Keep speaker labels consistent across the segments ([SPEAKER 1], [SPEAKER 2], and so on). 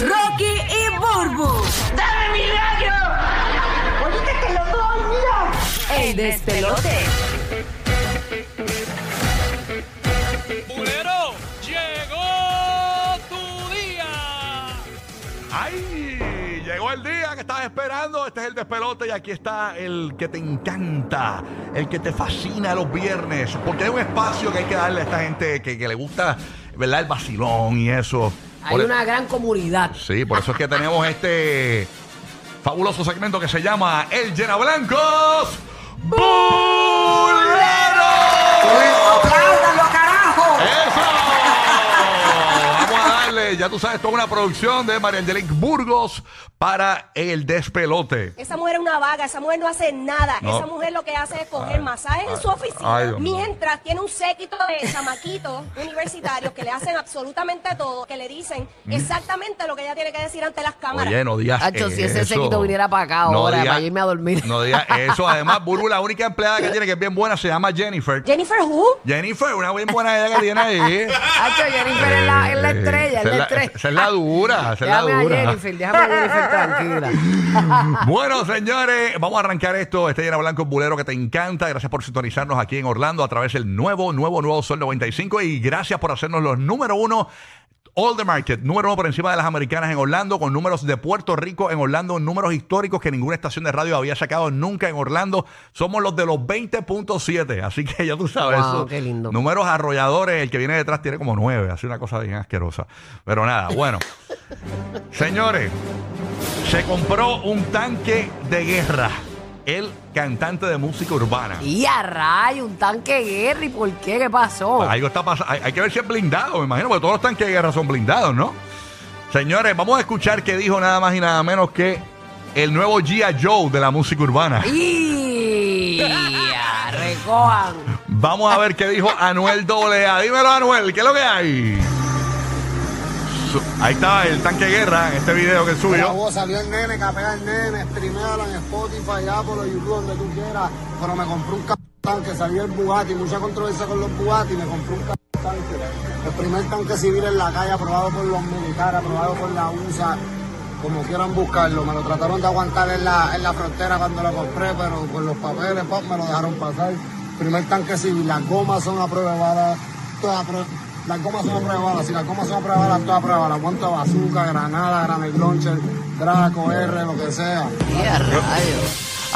[SPEAKER 1] Rocky y Burbu.
[SPEAKER 2] ¡Dame mi radio! ¡Ahorita te lo doy, mira!
[SPEAKER 1] El despelote.
[SPEAKER 3] Bulero, llegó tu día.
[SPEAKER 4] ¡Ay! Llegó el día que estabas esperando. Este es el despelote y aquí está el que te encanta, el que te fascina los viernes. Porque hay un espacio que hay que darle a esta gente que, que le gusta, ¿verdad? El vacilón y eso.
[SPEAKER 5] Hay
[SPEAKER 4] Por e-
[SPEAKER 5] una gran comunidad.
[SPEAKER 4] Sí, por eso es que tenemos este fabuloso segmento que se llama El Llena Blancos Bulero.
[SPEAKER 1] ¡Apláudalo, carajo!
[SPEAKER 4] ¡Eso! Vamos a darle, ya tú sabes, toda una producción de María Angelique Burgos para el despelote.
[SPEAKER 6] Esa mujer es una vaga, esa mujer no hace nada.
[SPEAKER 4] No.
[SPEAKER 6] Esa mujer lo que hace es coger masajes en su oficina,
[SPEAKER 4] ay, Dios mío.
[SPEAKER 6] mientras tiene un séquito de chamaquitos universitarios que le hacen absolutamente todo, que le dicen exactamente lo que ella tiene que decir ante las cámaras.
[SPEAKER 4] Mm. Oye, no digas
[SPEAKER 5] Hacho, si ese
[SPEAKER 4] eso.
[SPEAKER 5] séquito viniera para acá ahora,
[SPEAKER 4] digas-
[SPEAKER 5] para irme a dormir.
[SPEAKER 4] No digas eso. Además, Burbu, la única empleada que tiene que es bien buena se llama Jennifer.
[SPEAKER 6] Jennifer Who,
[SPEAKER 4] Jennifer, una bien buena idea que tiene ahí.
[SPEAKER 5] Hacho, Jennifer es la, es la
[SPEAKER 4] Eh,
[SPEAKER 5] estrella, es
[SPEAKER 4] esa
[SPEAKER 5] la
[SPEAKER 4] Esa
[SPEAKER 5] estrella. Ah,
[SPEAKER 4] es la dura, esa es la
[SPEAKER 5] Déjame a
[SPEAKER 4] dura.
[SPEAKER 5] Jennifer, déjame a Jennifer tranquila.
[SPEAKER 4] Bueno, señores, vamos a arrancar esto. Este llena blanco bulero que te encanta. Gracias por sintonizarnos aquí en Orlando a través del nuevo, nuevo, nuevo Sol 95. Y gracias por hacernos los número uno. All the Market, número uno por encima de las americanas en Orlando, con números de Puerto Rico en Orlando, números históricos que ninguna estación de radio había sacado nunca en Orlando. Somos los de los 20.7, así que ya tú sabes.
[SPEAKER 5] Wow,
[SPEAKER 4] eso.
[SPEAKER 5] qué lindo.
[SPEAKER 4] Números arrolladores, el que viene detrás tiene como nueve, así una cosa bien asquerosa. Pero nada, bueno. señores, se compró un tanque de guerra. El cantante de música urbana.
[SPEAKER 5] Y a rayo, un tanque Gary, ¿por qué? ¿Qué pasó?
[SPEAKER 4] Algo está pasando. Hay, hay que ver si es blindado, me imagino, porque todos los tanques de guerra son blindados, ¿no? Señores, vamos a escuchar qué dijo nada más y nada menos que el nuevo G.I. Joe de la música urbana.
[SPEAKER 5] Y a recojan.
[SPEAKER 4] Vamos a ver qué dijo Anuel AA. Dímelo, Anuel, ¿qué es lo que hay? Su- Ahí está el tanque de guerra en este video que
[SPEAKER 7] La
[SPEAKER 4] subió.
[SPEAKER 7] voz salió el nene, capea el nene, streamealo en Spotify, Apple, YouTube, donde tú quieras. Pero me compré un c- tanque, salió el Bugatti, mucha controversia con los Bugatti, me compré un c- tanque. El primer tanque civil en la calle, aprobado por los militares, aprobado por la USA, como quieran buscarlo. Me lo trataron de aguantar en la, en la frontera cuando lo compré, pero con los papeles pop, me lo dejaron pasar. Primer tanque civil, las gomas son aprobadas, todas apro- las gomas son aprobadas, si las gomas son aprobadas, todas aprobadas. Monta bazooka, granada, granel launcher, draco, R, lo que sea.
[SPEAKER 5] Y a rayo.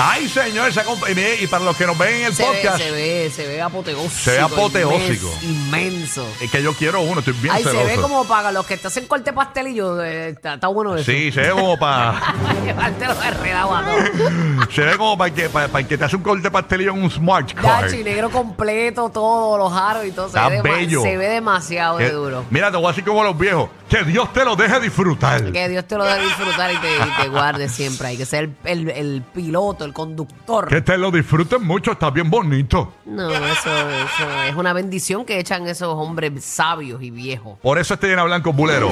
[SPEAKER 4] Ay, señor, se ha comp- y mire, y para los que nos ven en el
[SPEAKER 5] Se ve,
[SPEAKER 4] podcast,
[SPEAKER 5] se ve, se ve apoteósico.
[SPEAKER 4] Se ve apoteósico.
[SPEAKER 5] inmen- Inmenso.
[SPEAKER 4] es que yo quiero uno, estoy bien
[SPEAKER 5] Ay, se
[SPEAKER 4] celoso.
[SPEAKER 5] ve como para los que te hacen corte pastelillo. eh, Está, está bueno eso.
[SPEAKER 4] Sí, se ve como para
[SPEAKER 5] Llevártelo enredado a todos.
[SPEAKER 4] se ve como para que para, que te hace un corte de pastelillo en un smart card.
[SPEAKER 5] Dachi, negro completo, todo, los aros y todo.
[SPEAKER 4] Está
[SPEAKER 5] se ve dema-
[SPEAKER 4] bello.
[SPEAKER 5] Se ve demasiado de
[SPEAKER 4] Que-
[SPEAKER 5] duro.
[SPEAKER 4] Eh, Mira, te voy así como los viejos. Que Dios te lo deje disfrutar.
[SPEAKER 5] Que Dios te lo debe disfrutar y te, y te guarde siempre. Hay que ser el, el- el piloto, el conductor.
[SPEAKER 4] Que te lo disfruten mucho, está bien bonito.
[SPEAKER 5] No, eso, eso es una bendición que echan esos hombres sabios y viejos.
[SPEAKER 4] Por eso este llena blanco bulero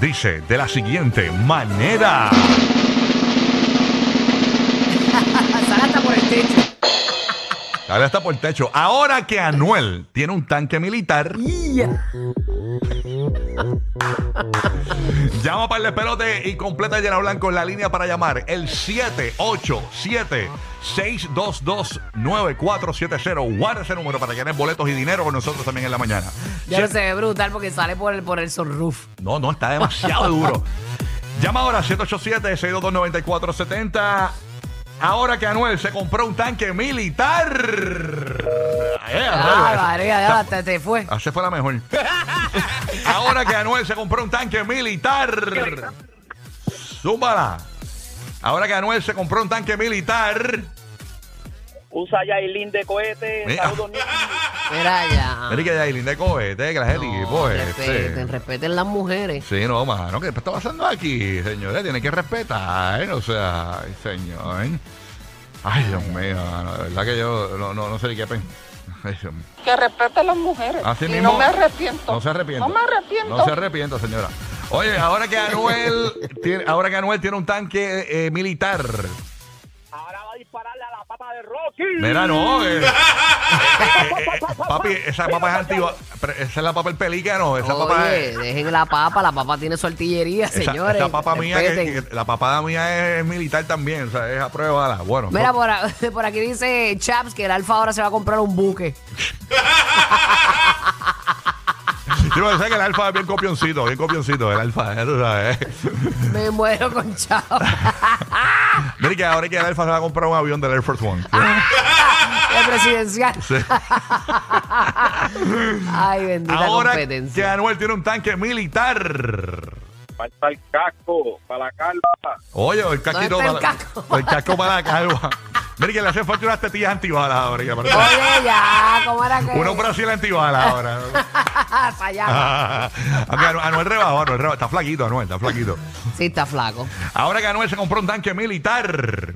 [SPEAKER 4] dice de la siguiente manera.
[SPEAKER 5] Sal Ah, hasta por el techo.
[SPEAKER 4] Ahora está por el techo. Ahora que Anuel tiene un tanque militar. Llama para el despelote y completa el llena blanco en la línea para llamar el 787-622-9470. Guarda ese número para que ganes boletos y dinero con nosotros también en la mañana.
[SPEAKER 5] Ya no se ve brutal porque sale por el, por el sunroof.
[SPEAKER 4] No, no, está demasiado duro. Llama ahora 787-622-9470. Ahora que Anuel se compró un tanque militar. Eh,
[SPEAKER 5] Ah,
[SPEAKER 4] rayos,
[SPEAKER 5] María, ya hasta te fue.
[SPEAKER 4] Ah, se fue la mejor. Ahora que Anuel se compró un tanque militar. Zúmbala. Ahora que Anuel se compró un tanque militar.
[SPEAKER 8] Usa Yailin de cohete.
[SPEAKER 4] Mira.
[SPEAKER 8] Saludos, Nicky.
[SPEAKER 5] Mira ya.
[SPEAKER 4] Mira que Yailin de cohete, que la gente
[SPEAKER 5] No,
[SPEAKER 4] pues,
[SPEAKER 5] respeten,
[SPEAKER 4] sí.
[SPEAKER 5] respeten las mujeres.
[SPEAKER 4] Sí, no, mano, ¿qué está pasando aquí, señores? Tienen que respetar, o sea, ay, señor. Ay, Dios mío, mano, de verdad que yo no, no, no sé ni qué pensar. Ay, Dios mío.
[SPEAKER 9] que respete a las mujeres.
[SPEAKER 4] Así
[SPEAKER 9] y
[SPEAKER 4] mismo,
[SPEAKER 9] no me arrepiento.
[SPEAKER 4] No se arrepienta.
[SPEAKER 9] No me arrepiento.
[SPEAKER 4] No se arrepienta, señora. Oye, ahora que Anuel tiene, ahora que Anuel tiene un tanque eh, militar.
[SPEAKER 8] Ahora va a dispararle a la pata de Rocky.
[SPEAKER 4] Mira, no. eh, eh, eh, eh, papi, esa papa es antigua. pero Esa es la papa del pelícano. Esa papa
[SPEAKER 5] Oye,
[SPEAKER 4] es.
[SPEAKER 5] dejen la papa, la papa tiene sortillería,
[SPEAKER 4] Esa,
[SPEAKER 5] señores.
[SPEAKER 4] esa papa mía, que-
[SPEAKER 5] respeten.
[SPEAKER 4] que- la papada mía es militar también, o sea, es a prueba. bala. Bueno,
[SPEAKER 5] Mira,
[SPEAKER 4] no-
[SPEAKER 5] por, a- por aquí dice Chaps que el Alfa ahora se va a comprar un buque.
[SPEAKER 4] yo pensé que el alfa es bien copioncito, bien copioncito, el alfa, ya tú sabes.
[SPEAKER 5] Me muero con Chaps.
[SPEAKER 4] Mira que ahora que el alfa se va a comprar un avión del Air Force One.
[SPEAKER 5] Ah, El presidencial.
[SPEAKER 4] Sí.
[SPEAKER 5] Ay, bendita
[SPEAKER 4] Ahora que
[SPEAKER 5] competencia.
[SPEAKER 4] Anuel tiene un tanque militar.
[SPEAKER 8] Falta el casco para la calva.
[SPEAKER 4] Oye, el casquito
[SPEAKER 5] ¿Dónde está el
[SPEAKER 4] para,
[SPEAKER 5] casco?
[SPEAKER 4] el casco para la calva. Mira que le hacen falta unas tetillas antibalas ahora. que parece-
[SPEAKER 5] Oye, ya, ¿cómo era que? Ah,
[SPEAKER 4] Unos Brasil antibalas ahora.
[SPEAKER 5] Hasta
[SPEAKER 4] Ah.
[SPEAKER 5] allá.
[SPEAKER 4] Aunque Anu- Anuel rebajó, Anuel rebajó. Está flaquito, Anuel, está flaquito.
[SPEAKER 5] Sí, está flaco.
[SPEAKER 4] Ahora que Anuel se compró un tanque militar.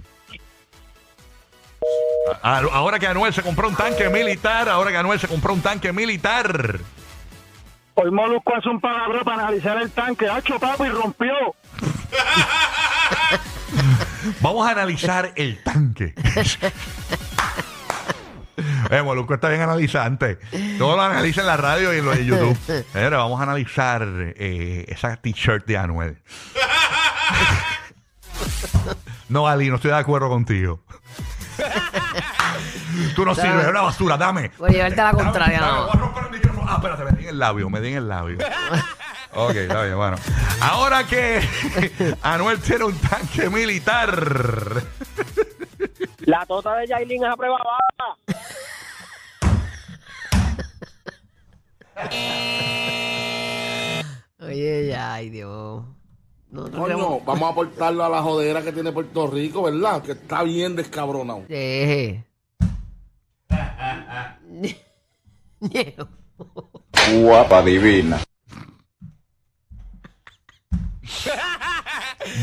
[SPEAKER 4] A- Ahora que Anuel se compró un tanque militar, ahora que Anuel se compró un tanque militar.
[SPEAKER 10] Hoy Molusco hace un palabra para analizar el tanque. Hacho, papi, rompió.
[SPEAKER 4] Vamos a analizar el tanque. Eh, Molusco está bien analizante. Todo lo analiza en la radio y en lo de YouTube. Pero vamos a analizar eh, esa t-shirt de Anuel. No, Ali, no estoy de acuerdo contigo. Tú no
[SPEAKER 5] Dame.
[SPEAKER 4] sirves, es una basura, dame.
[SPEAKER 5] Voy a llevarte a la
[SPEAKER 4] Dame,
[SPEAKER 5] contraria,
[SPEAKER 4] dame,
[SPEAKER 5] no.
[SPEAKER 4] voy a romper el micrófono. Ah, espérate, me di en el labio, me di en el labio. ok, está bien, bueno. Ahora que Anuel tiene un tanque militar.
[SPEAKER 8] La tota de Yailin es a prueba baja.
[SPEAKER 5] Oye, ya, ay, Dios. Nosotros
[SPEAKER 10] Coño,
[SPEAKER 5] queremos-
[SPEAKER 10] vamos a aportarlo a la jodera que tiene Puerto Rico, ¿verdad? Que está bien descabronado.
[SPEAKER 5] Deje. Ñejo.
[SPEAKER 7] Guapa divina.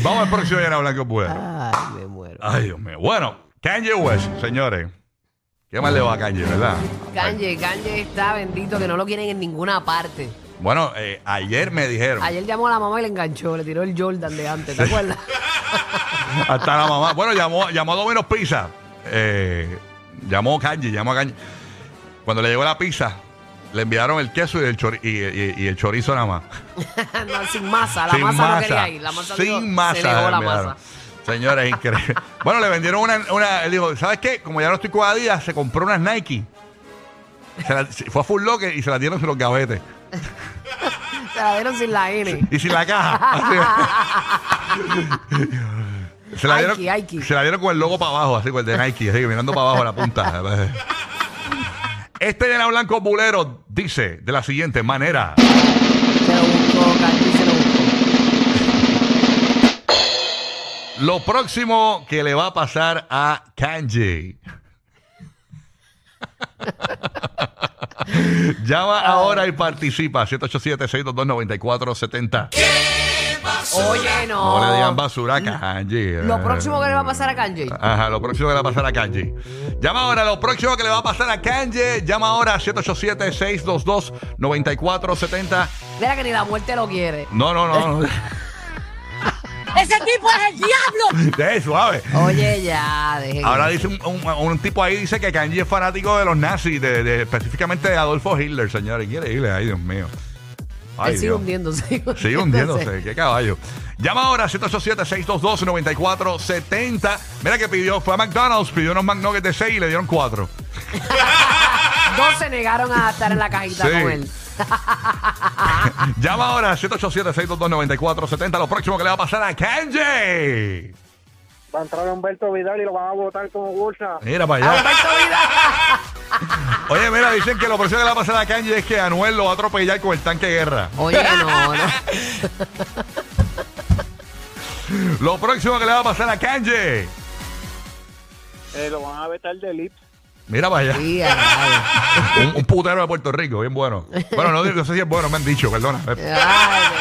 [SPEAKER 4] Vamos al próximo día a Blanco Pueblo.
[SPEAKER 5] Ay, me muero.
[SPEAKER 4] Ay, Dios mío. Bueno, Kanye West, señores. ¿Qué más le va a Kanye, verdad?
[SPEAKER 5] Kanye, Kanye está bendito, que no lo quieren en ninguna parte.
[SPEAKER 4] Bueno, eh, ayer me dijeron.
[SPEAKER 5] Ayer llamó a la mamá y le enganchó, le tiró el Jordan de antes, ¿te acuerdas?
[SPEAKER 4] Hasta la mamá. Bueno, llamó, llamó a Domino's Pizza. Eh, llamó a Kanye, llamó a Kanye. Cuando le llegó la pizza, le enviaron el queso y el, chori- y- y- y el chorizo nada más.
[SPEAKER 5] No, sin masa, la
[SPEAKER 4] Sin
[SPEAKER 5] masa, no
[SPEAKER 4] masa.
[SPEAKER 5] quería ir. La masa
[SPEAKER 4] Sin
[SPEAKER 5] dijo,
[SPEAKER 4] masa.
[SPEAKER 5] Se negó
[SPEAKER 4] le
[SPEAKER 5] la
[SPEAKER 4] enviaron.
[SPEAKER 5] masa.
[SPEAKER 4] Señores, increíble. bueno, le vendieron una, una. Él dijo, ¿sabes qué? Como ya no estoy con Adidas, se compró unas Nike. Se la- se- fue a Full Locker y se las dieron en los gavetes.
[SPEAKER 5] Se la dieron sin la N.
[SPEAKER 4] Y sin la caja. Así. se, la dieron,
[SPEAKER 5] Nike, Nike.
[SPEAKER 4] se la dieron con el logo para abajo, así con el de Nike, así mirando para abajo la punta. Este llena blanco bulero dice de la siguiente manera.
[SPEAKER 5] Se lo buscó, Kanye se lo buscó.
[SPEAKER 4] Lo próximo que le va a pasar a Kanye. Llama
[SPEAKER 5] Ah.
[SPEAKER 4] ahora y participa. 787-622-9470.
[SPEAKER 5] Oye, no.
[SPEAKER 4] No le digan basura a Kanye.
[SPEAKER 5] Lo próximo que le va a pasar a Kanye.
[SPEAKER 4] Ajá, lo próximo que le va a pasar a Kanye. Llama ahora, lo próximo que le va a pasar a Kanye. Llama ahora a 787-622-9470.
[SPEAKER 5] Mira que ni la muerte lo quiere.
[SPEAKER 4] No, no, no. no.
[SPEAKER 1] ¡Ese tipo es el diablo!
[SPEAKER 4] Eh, suave.
[SPEAKER 5] Oye, ya, dejen.
[SPEAKER 4] Ahora dice un, un- un tipo ahí dice que Kanye es fanático de los nazis, de, de- específicamente de Adolfo Hitler, señores. Increíble, ay Dios mío. Ay,
[SPEAKER 5] Él sigue
[SPEAKER 4] Dios.
[SPEAKER 5] hundiéndose.
[SPEAKER 4] Sigue hundiéndose, qué caballo. Llama ahora 787-622-9470. Mira que pidió, fue a McDonald's, pidió unos McNuggets de 6 y le dieron 4.
[SPEAKER 5] Dos se negaron a estar en la cajita
[SPEAKER 4] Sí.
[SPEAKER 5] con él.
[SPEAKER 4] Llama ahora 787-622-9470. Lo próximo que le va a pasar a Kanye.
[SPEAKER 10] Va a entrar Humberto Vidal y lo van a votar como bolsa.
[SPEAKER 4] Mira para allá.
[SPEAKER 5] Pues
[SPEAKER 4] Oye, mira, dicen que lo próximo que le va a pasar a Kanye es que Anuel lo va a atropellar con el tanque de guerra.
[SPEAKER 5] Oye, no, no.
[SPEAKER 4] Lo próximo que le va a pasar a Kanye.
[SPEAKER 8] Eh, lo van a vetar del lips.
[SPEAKER 4] Mira para allá.
[SPEAKER 5] Sí, a rayos.
[SPEAKER 4] Un, un putero de Puerto Rico, bien bueno. Bueno, no, digo- no sé si es bueno, me han dicho, perdona. Me,
[SPEAKER 5] Ay,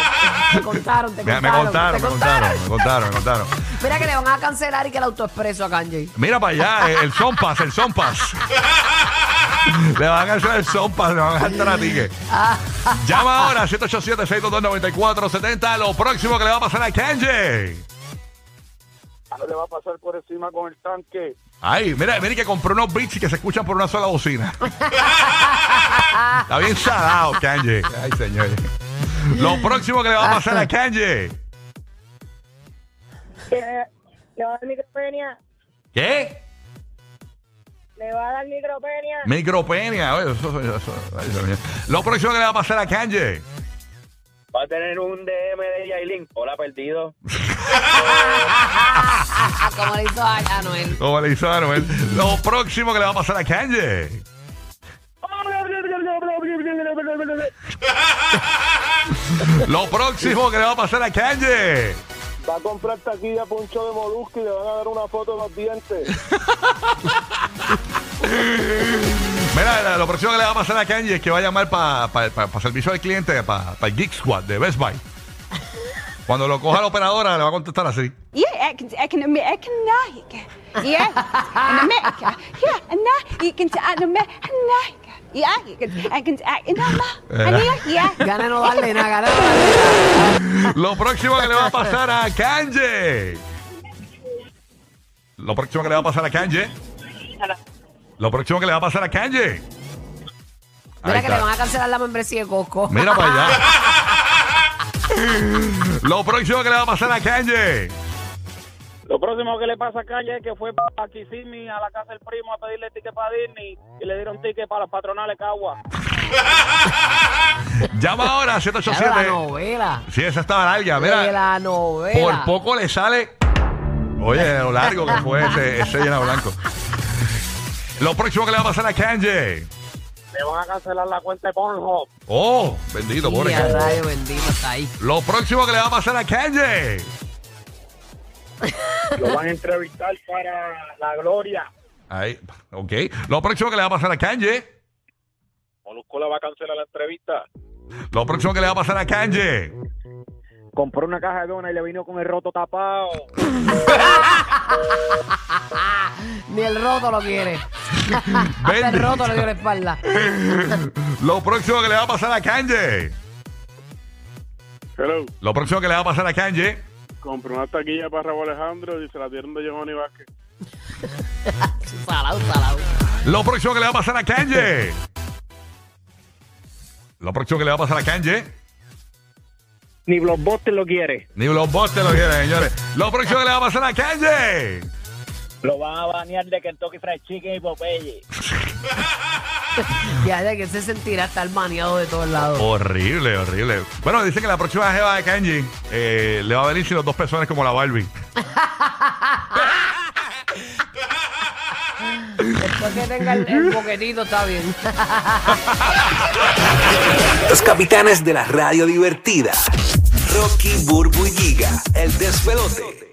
[SPEAKER 5] te contaron, te
[SPEAKER 4] me
[SPEAKER 5] contaron.
[SPEAKER 4] contaron,
[SPEAKER 5] te
[SPEAKER 4] me contaron, me contaron, me contaron.
[SPEAKER 5] Mira que le van a cancelar y que el autoexpreso a Kanye.
[SPEAKER 4] Mira para allá, eh, el Zompas, el Zompas. Le van a hacer el Zompas, le van a dejar tratique. Llama ahora 787-622-9470. Lo próximo que le va a pasar a Kanye.
[SPEAKER 10] le va a pasar por encima con el tanque.
[SPEAKER 4] Ay, mira, mira que compró unos beats que se escuchan por una sola bocina. Está bien salado, Kanye. Ay, señores. Lo próximo que le va a pasar a Kanye.
[SPEAKER 2] Le va a dar micropenia.
[SPEAKER 4] ¿Qué?
[SPEAKER 2] Le va a dar micropenia.
[SPEAKER 4] Micropenia. Oye, eso- eso- eso- ay, Dios mío. Lo próximo que le va a pasar a Kanye.
[SPEAKER 8] Va a tener un DM de Yailin. Hola, perdido.
[SPEAKER 5] Como le hizo a Noel.
[SPEAKER 4] Como le hizo a Anuel. ¿eh? Lo próximo que le va a pasar a Kanye. Lo próximo que le va a pasar a Kanye.
[SPEAKER 10] Va a comprar taquilla poncho de molusco y le van a dar una foto de los dientes.
[SPEAKER 4] Mira, la- lo próximo que le va a pasar a Kanye es que va a llamar para servicio al cliente, para el Geek Squad de Best Buy. Cuando lo coja la operadora, le va a contestar así.
[SPEAKER 9] Yeah, I can, I can, I can, I can, yeah, in America, yeah, and now you can, in America, yeah, you can, I can, I can, yeah, yeah.
[SPEAKER 5] Gana no darle nada, gana no darle nada.
[SPEAKER 4] Lo próximo que le va a pasar a Kanye. Lo próximo que le va a pasar a Kanye. Lo próximo que le va a pasar a Kanye. Ahí
[SPEAKER 5] Mira que le
[SPEAKER 4] está.
[SPEAKER 5] van a cancelar la membresía de Coco.
[SPEAKER 4] Mira para allá. Lo próximo que le va a pasar a Kanye.
[SPEAKER 10] Lo próximo que le pasa a Calle es que fue a Kissimmee, a la casa del primo, a pedirle ticket para Disney y le dieron ticket para los patronales Cagua.
[SPEAKER 4] Llama ahora a
[SPEAKER 5] Claro, la
[SPEAKER 4] 787.
[SPEAKER 5] novela.
[SPEAKER 4] Sí, esa estaba
[SPEAKER 5] De
[SPEAKER 4] larga. Mira,
[SPEAKER 5] la novela.
[SPEAKER 4] por poco le sale. Oye, lo largo que fue ese, ese llena blanco. Lo próximo que le va a pasar a Kanye.
[SPEAKER 10] Le van a cancelar la cuenta de Pornhub.
[SPEAKER 4] Oh, bendito, pobre
[SPEAKER 5] Y a
[SPEAKER 4] Kanye.
[SPEAKER 5] rayo bendito está ahí.
[SPEAKER 4] Lo próximo que le va a pasar a Kanye.
[SPEAKER 10] Lo van a entrevistar para la gloria.
[SPEAKER 4] Ahí, ok. Lo próximo que le va a pasar a Kanye.
[SPEAKER 10] Molusco la va a cancelar la entrevista.
[SPEAKER 4] Lo próximo que le va a pasar a Kanye.
[SPEAKER 10] Compró una caja de dona y le vino con el roto tapado.
[SPEAKER 5] Ni el roto lo quiere. Hasta el
[SPEAKER 4] Bendito.
[SPEAKER 5] roto le dio la espalda.
[SPEAKER 4] Lo próximo que le va a pasar a Kanye.
[SPEAKER 10] Hello.
[SPEAKER 4] Lo próximo que le va a pasar a Kanye.
[SPEAKER 10] Compró una taquilla para Rabo Alejandro y se la dieron de Giovanni Vázquez.
[SPEAKER 5] Salado, salado.
[SPEAKER 4] Lo próximo que le va a pasar a Kanye. Lo próximo que le va a pasar a Kanye.
[SPEAKER 10] Ni Blockbuster lo quiere.
[SPEAKER 4] Ni los botes lo quieren, señores. Lo próximo que le va a pasar a Kanye.
[SPEAKER 8] Lo van a banear de Kentucky Fried Chicken y Popeye.
[SPEAKER 5] Ya, ya que se sentirá estar maniado de todos lados.
[SPEAKER 4] Horrible, horrible. Bueno, dicen que la próxima jeva de Kanye eh, le va a venir sin los dos pezones como la Barbie.
[SPEAKER 5] Después que tenga el, el boquetito está bien.
[SPEAKER 11] Los capitanes de la radio divertida. Rocky, Burbu y Giga, el despelote.